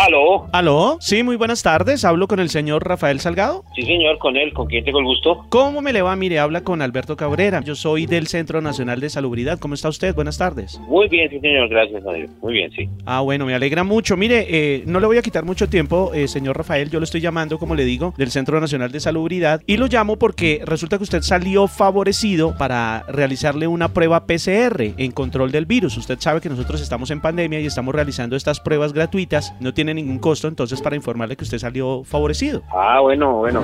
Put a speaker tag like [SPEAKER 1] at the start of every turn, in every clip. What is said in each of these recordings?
[SPEAKER 1] Aló,
[SPEAKER 2] Aló, sí, muy buenas tardes. Hablo con el señor Rafael Salgado.
[SPEAKER 1] sí señor, con él, ¿con quién tengo el gusto?
[SPEAKER 2] ¿Cómo me le va? Mire, habla con Alberto Cabrera. Yo soy del Centro Nacional de Salubridad. ¿Cómo está usted? Buenas tardes.
[SPEAKER 1] Muy bien, sí señor, gracias a Dios. Muy bien, sí.
[SPEAKER 2] Ah, bueno, me alegra mucho. Mire, eh, no le voy a quitar mucho tiempo, eh, señor Rafael. Yo lo estoy llamando, como le digo, del Centro Nacional de Salubridad. Y lo llamo porque resulta que usted salió favorecido para realizarle una prueba PCR en control del virus. Usted sabe que nosotros estamos en pandemia y estamos realizando estas pruebas gratuitas. No tiene ningún costo, entonces para informarle que usted salió favorecido.
[SPEAKER 1] Ah, bueno, bueno.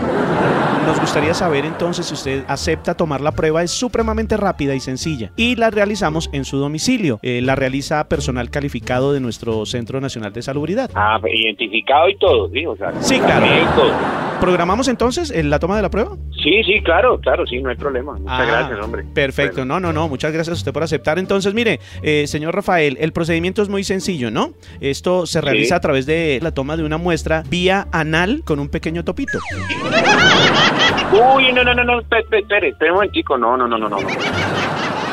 [SPEAKER 2] Nos gustaría saber entonces si usted acepta tomar la prueba. Es supremamente rápida y sencilla. Y la realizamos en su domicilio. Eh, la realiza personal calificado de nuestro Centro Nacional de Salubridad.
[SPEAKER 1] Ah, pues, identificado y todo, sí, o sea.
[SPEAKER 2] Sí, claro.
[SPEAKER 1] también y todo.
[SPEAKER 2] ¿Programamos entonces eh, la toma de la prueba?
[SPEAKER 1] Sí, sí, claro, claro, sí, no hay problema. Muchas
[SPEAKER 2] Ah,
[SPEAKER 1] gracias, hombre.
[SPEAKER 2] Perfecto.
[SPEAKER 1] Bueno.
[SPEAKER 2] No, no, no. Muchas gracias a usted por aceptar. Entonces, mire, eh, señor Rafael, el procedimiento es muy sencillo, ¿no? Esto se realiza a través de la toma de una muestra vía anal con un pequeño topito.
[SPEAKER 1] Uy, no, no, no, no, espere, espere, espere, espere un momentico, no, no, no, no, no. no.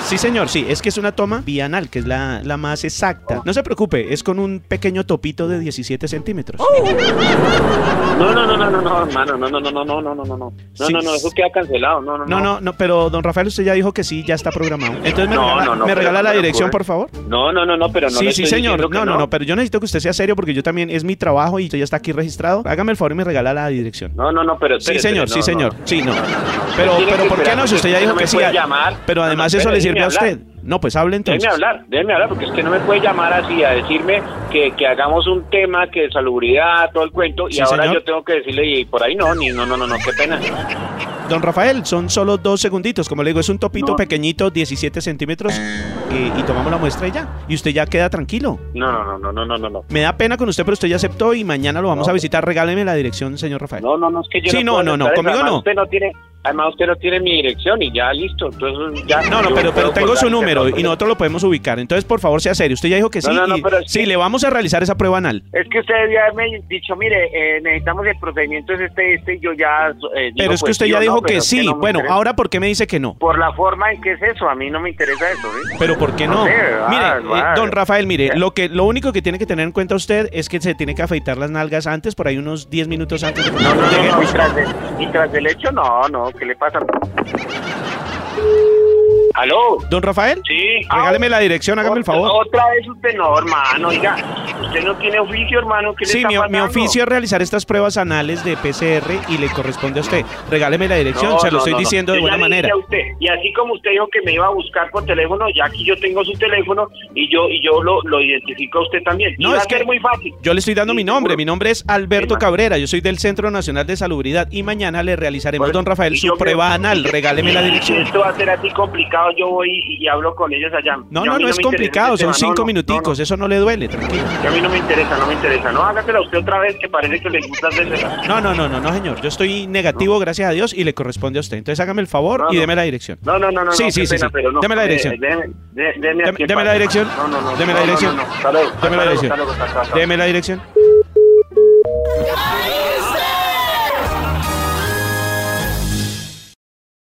[SPEAKER 2] Sí, señor, sí, es que es una toma vía anal, que es la, la más exacta. No se preocupe, es con un pequeño topito de 17 centímetros.
[SPEAKER 1] Oh, No, no, no, no, no, no, hermano, no, no, no, no, no, no, no, no, no, no,
[SPEAKER 2] Sí.
[SPEAKER 1] no, no, eso queda cancelado, no, no,
[SPEAKER 2] No, no, no, pero don Rafael, usted ya dijo que sí, ya está programado. Entonces, ¿me
[SPEAKER 1] No,
[SPEAKER 2] regala,
[SPEAKER 1] no, no,
[SPEAKER 2] me
[SPEAKER 1] pero
[SPEAKER 2] regala
[SPEAKER 1] no
[SPEAKER 2] la
[SPEAKER 1] me lo
[SPEAKER 2] dirección,
[SPEAKER 1] ocurre.
[SPEAKER 2] por favor?
[SPEAKER 1] No, no, no, no, pero no. le
[SPEAKER 2] sí, sí,
[SPEAKER 1] estoy
[SPEAKER 2] señor.
[SPEAKER 1] diciendo que
[SPEAKER 2] No, no, no, pero yo necesito que usted sea serio porque yo también es mi trabajo y usted ya está aquí registrado. Hágame el favor y me regala la dirección.
[SPEAKER 1] No, no, no, pero
[SPEAKER 2] Sí,
[SPEAKER 1] espere,
[SPEAKER 2] señor, sí,
[SPEAKER 1] espere, no,
[SPEAKER 2] señor.
[SPEAKER 1] no.
[SPEAKER 2] Sí, no.
[SPEAKER 1] Usted
[SPEAKER 2] Pero,
[SPEAKER 1] tiene
[SPEAKER 2] pero
[SPEAKER 1] que
[SPEAKER 2] ¿por qué
[SPEAKER 1] esperar,
[SPEAKER 2] no? Si usted ya
[SPEAKER 1] no
[SPEAKER 2] dijo
[SPEAKER 1] me
[SPEAKER 2] que sí.
[SPEAKER 1] puede
[SPEAKER 2] al-
[SPEAKER 1] llamar.
[SPEAKER 2] Pero
[SPEAKER 1] No, no,
[SPEAKER 2] además eso
[SPEAKER 1] espere,
[SPEAKER 2] le sirve a
[SPEAKER 1] déjeme hablar.
[SPEAKER 2] usted. No, pues hable entonces.
[SPEAKER 1] Déjeme hablar, déjeme hablar, porque es que no me puede llamar así a decirme que, que hagamos un tema, que salubridad, todo el cuento, y
[SPEAKER 2] Sí,
[SPEAKER 1] ahora
[SPEAKER 2] señor.
[SPEAKER 1] yo tengo que decirle, y por ahí no, ni no, no, no, no, qué pena.
[SPEAKER 2] Don Rafael, son solo dos segunditos. Como le digo, es un topito
[SPEAKER 1] No.
[SPEAKER 2] pequeñito, 17 centímetros, eh, y tomamos la muestra y ya. Y usted ya queda tranquilo.
[SPEAKER 1] No, no, no, no, no, no, no, no.
[SPEAKER 2] Me da pena con usted, pero usted ya aceptó y mañana lo vamos
[SPEAKER 1] No.
[SPEAKER 2] a visitar. Regáleme la dirección, señor Rafael.
[SPEAKER 1] No, no, no, es que yo
[SPEAKER 2] Sí, no,
[SPEAKER 1] puedo
[SPEAKER 2] no, no,
[SPEAKER 1] aceptar eso.
[SPEAKER 2] conmigo
[SPEAKER 1] Además,
[SPEAKER 2] no.
[SPEAKER 1] Usted no tiene, además usted no tiene mi dirección y ya listo, entonces ya.
[SPEAKER 2] No, no,
[SPEAKER 1] yo
[SPEAKER 2] pero, pero
[SPEAKER 1] puedo
[SPEAKER 2] tengo su
[SPEAKER 1] colgar
[SPEAKER 2] número
[SPEAKER 1] teléfono.
[SPEAKER 2] y nosotros lo podemos ubicar. Entonces, por favor, sea serio. Usted ya dijo que sí.
[SPEAKER 1] No, no, no,
[SPEAKER 2] y-
[SPEAKER 1] pero es
[SPEAKER 2] sí,
[SPEAKER 1] que-
[SPEAKER 2] le vamos a realizar esa prueba anal.
[SPEAKER 1] Es que usted debía haberme dicho, mire, eh, necesitamos el procedimiento es este, este, y yo ya... eh, digo,
[SPEAKER 2] Pero es que
[SPEAKER 1] pues,
[SPEAKER 2] usted
[SPEAKER 1] sí
[SPEAKER 2] ya
[SPEAKER 1] o no,
[SPEAKER 2] dijo
[SPEAKER 1] pero
[SPEAKER 2] que
[SPEAKER 1] es
[SPEAKER 2] sí.
[SPEAKER 1] no me
[SPEAKER 2] bueno,
[SPEAKER 1] interesa.
[SPEAKER 2] ahora, ¿por qué me dice que no?
[SPEAKER 1] Por la forma en que es eso, a mí no me interesa eso, ¿sí?
[SPEAKER 2] Pero ¿por qué no?
[SPEAKER 1] No sé,
[SPEAKER 2] mire,
[SPEAKER 1] ah,
[SPEAKER 2] eh,
[SPEAKER 1] vale.
[SPEAKER 2] don Rafael, mire,
[SPEAKER 1] Ya.
[SPEAKER 2] lo que lo único que tiene que tener en cuenta usted es que se tiene que afeitar las nalgas antes, por ahí unos 10 minutos antes de que
[SPEAKER 1] No, no,
[SPEAKER 2] nosotros
[SPEAKER 1] no, no, y
[SPEAKER 2] lleguemos.
[SPEAKER 1] tras, de- y tras del hecho, no, no, ¿qué le pasa? ¿Aló?
[SPEAKER 2] Don Rafael,
[SPEAKER 1] Sí.
[SPEAKER 2] regáleme la dirección, hágame el
[SPEAKER 1] Otra-
[SPEAKER 2] favor.
[SPEAKER 1] Otra vez usted no, hermano, oiga, usted no tiene oficio, hermano, ¿qué le
[SPEAKER 2] Sí,
[SPEAKER 1] está
[SPEAKER 2] mi, mi
[SPEAKER 1] pasando?
[SPEAKER 2] oficio es realizar estas pruebas anales de PCR y le corresponde a usted. Regáleme la dirección,
[SPEAKER 1] No,
[SPEAKER 2] se lo
[SPEAKER 1] no,
[SPEAKER 2] estoy
[SPEAKER 1] no, no.
[SPEAKER 2] diciendo de
[SPEAKER 1] Yo ya le dije
[SPEAKER 2] buena manera.
[SPEAKER 1] a usted, y así como usted dijo que me iba a buscar por teléfono, ya aquí yo tengo su teléfono y yo y yo lo, lo identifico a usted también.
[SPEAKER 2] No,
[SPEAKER 1] Iba
[SPEAKER 2] es
[SPEAKER 1] a ser
[SPEAKER 2] que
[SPEAKER 1] muy fácil.
[SPEAKER 2] Yo le estoy dando
[SPEAKER 1] Sí,
[SPEAKER 2] mi nombre,
[SPEAKER 1] seguro.
[SPEAKER 2] mi nombre es Alberto
[SPEAKER 1] Sí,
[SPEAKER 2] Cabrera, yo soy del Centro Nacional de Salubridad y mañana le realizaremos,
[SPEAKER 1] Por-
[SPEAKER 2] don Rafael,
[SPEAKER 1] y
[SPEAKER 2] su
[SPEAKER 1] yo
[SPEAKER 2] prueba
[SPEAKER 1] creo-
[SPEAKER 2] anal. Regáleme la
[SPEAKER 1] Si
[SPEAKER 2] dirección.
[SPEAKER 1] esto va a ser así complicado, yo voy y, y hablo con ellos allá.
[SPEAKER 2] No,
[SPEAKER 1] Yo a mí
[SPEAKER 2] no, no es
[SPEAKER 1] me interesa
[SPEAKER 2] complicado,
[SPEAKER 1] ese
[SPEAKER 2] son
[SPEAKER 1] tema, no,
[SPEAKER 2] cinco
[SPEAKER 1] no,
[SPEAKER 2] minuticos, eso no le duele, tranquilo.
[SPEAKER 1] no, no, que a mí no me interesa, no me interesa. No, hágasela usted otra vez, que parece que le gusta hacerse.
[SPEAKER 2] No, no, no, no, no, señor. Yo estoy negativo, gracias a Dios, y le corresponde a usted. Entonces hágame el favor
[SPEAKER 1] No,
[SPEAKER 2] y
[SPEAKER 1] no.
[SPEAKER 2] deme la dirección.
[SPEAKER 1] No, no, no, no.
[SPEAKER 2] Sí,
[SPEAKER 1] no,
[SPEAKER 2] sí,
[SPEAKER 1] qué
[SPEAKER 2] sí,
[SPEAKER 1] pena,
[SPEAKER 2] sí.
[SPEAKER 1] pero no.
[SPEAKER 2] Deme la
[SPEAKER 1] Eh,
[SPEAKER 2] dirección.
[SPEAKER 1] deme- de- deme aquí
[SPEAKER 2] Deme-
[SPEAKER 1] el
[SPEAKER 2] deme la
[SPEAKER 1] pase.
[SPEAKER 2] dirección.
[SPEAKER 1] No, no, no.
[SPEAKER 2] Deme la
[SPEAKER 1] no, no,
[SPEAKER 2] dirección.
[SPEAKER 1] no, no. Hasta luego,
[SPEAKER 2] Deme la
[SPEAKER 1] hasta luego,
[SPEAKER 2] dirección.
[SPEAKER 1] hasta luego, hasta luego, hasta luego.
[SPEAKER 2] Deme la dirección.